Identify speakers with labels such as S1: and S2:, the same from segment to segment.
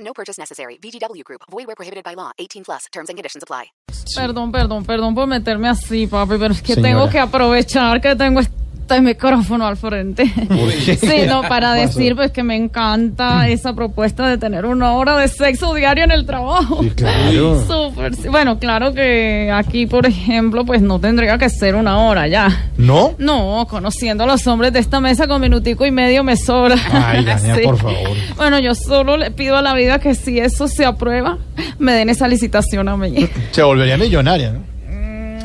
S1: No purchase necessary. VGW Group. Void where prohibited by law. 18 plus. Terms and conditions apply.
S2: Perdón, perdón, perdón por meterme así, papi, pero es que
S3: Señora.
S2: tengo que aprovechar que tengo este micrófono al frente. Sí, no, para decir pues que me
S3: Mm.
S2: encanta esa propuesta de tener una hora de sexo diario en el trabajo.
S3: Sí, claro.
S2: Súper, sí. Bueno, claro que aquí, por ejemplo, pues no tendría que ser una hora ya.
S3: ¿No?
S2: No, conociendo a los hombres de esta mesa con minutico y medio me sobra.
S3: Ay, Dania, por favor.
S2: Bueno, yo solo le pido a la vida que si eso se aprueba, me den esa licitación a mí.
S3: Se volvería millonaria, ¿no?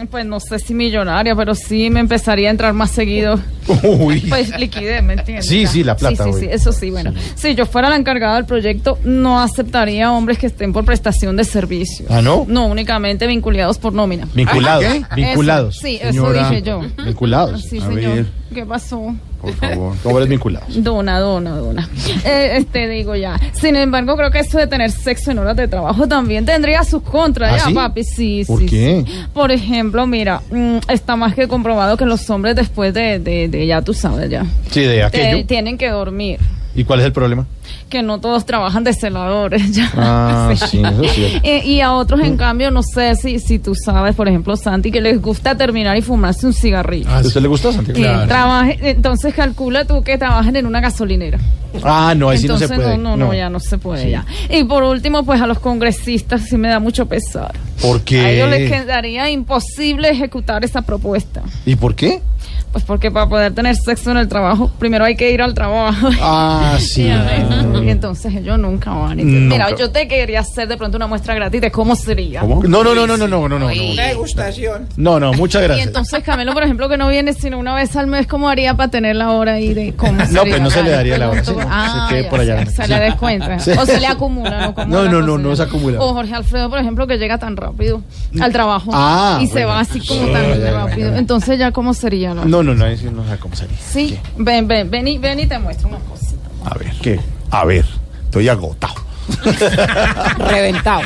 S2: Mm, Pues no sé si millonaria, pero sí me empezaría a entrar más seguido.
S3: Uy.
S2: Pues liquidez, ¿me entiendes?
S3: Sí, sí, la
S2: Sí,
S3: plata,
S2: sí,
S3: güey.
S2: sí, eso sí, bueno. Si yo fuera la encargada del proyecto, no aceptaría hombres que estén por prestación de servicio.
S3: ¿Ah, no?
S2: No, únicamente vinculados por nómina.
S3: Vinculados,
S2: Eso,
S3: vinculados.
S2: sí,
S3: Señora,
S2: eso dije yo.
S3: Vinculados.
S2: Sí,
S3: A
S2: señor.
S3: ver.
S2: ¿Qué pasó?
S3: Por favor, pobres vinculados.
S2: Dona, dona, dona. Eh, este digo ya. Sin embargo, creo que eso de tener sexo en horas de trabajo también tendría sus contras,
S3: ¿Ah,
S2: ya,
S3: sí?
S2: papi. Sí,
S3: ¿Por
S2: sí,
S3: qué?
S2: sí. Por ejemplo, mira, mm, está más que comprobado que los hombres después de, de, de ya tú sabes ya,
S3: Sí, de
S2: te-
S3: aquello.
S2: tienen que dormir.
S3: ¿Y cuál es el problema?
S2: Que no todos trabajan de celadores ya.
S3: Ah, sí, eso es cierto. Mm.
S2: Eh, y a otros, en cambio, no sé si, si tú sabes, por ejemplo, Santi, que les gusta terminar y fumarse un cigarrillo.
S3: ¿A usted le gusta, Santiago?
S2: Que trabaje- entonces calcula tú que trabajan en una gasolinera.
S3: Ah, no, ahí sí no
S2: Entonces,
S3: se puede.
S2: no, no, ya no se puede.
S3: Sí.
S2: Ya. Y por último, pues a los congresistas sí me da mucho pesar.
S3: ¿Por
S2: A ellos les
S3: qué?
S2: quedaría imposible ejecutar esa propuesta.
S3: ¿Y por qué?
S2: Pues porque para poder tener sexo en el trabajo, primero hay que ir al trabajo.
S3: Ah, sí.
S2: Y entonces ellos nunca van. Entonces, Mira, yo te quería hacer de pronto una muestra gratis de cómo sería.
S3: ¿Cómo? No, no, no, no, no, no, no, no.
S4: Degustación.
S3: No, no, muchas
S2: Y
S3: gracias.
S2: entonces Camelo, por ejemplo, que no viene sino una vez al mes, ¿cómo haría para tener la hora ahí de cómo
S3: No, pues no se le daría la hora,
S2: Pregunto,
S3: sí, no,
S2: ah,
S3: se quede
S2: ya,
S3: por allá.
S2: Se, se
S3: Sí.
S2: le descuenta.
S3: Sí.
S2: O se le acumula, ¿no? Como
S3: No,
S2: una
S3: no,
S2: cosa
S3: no, no
S2: así.
S3: se acumula.
S2: O Jorge Alfredo, por ejemplo, que llega tan rápido al trabajo
S3: Ah,
S2: y se
S3: bueno.
S2: va así como
S3: Ah,
S2: tan
S3: ya, ya,
S2: rápido.
S3: ya, ya.
S2: Entonces, ¿ya cómo sería? No?
S3: No, no, no, ahí sí no sé cómo sería.
S2: Sí, ven, ven, ven y, ven y te muestro una cosita.
S3: A ver. ¿Qué?
S4: A ver, estoy agotado.
S2: Reventado.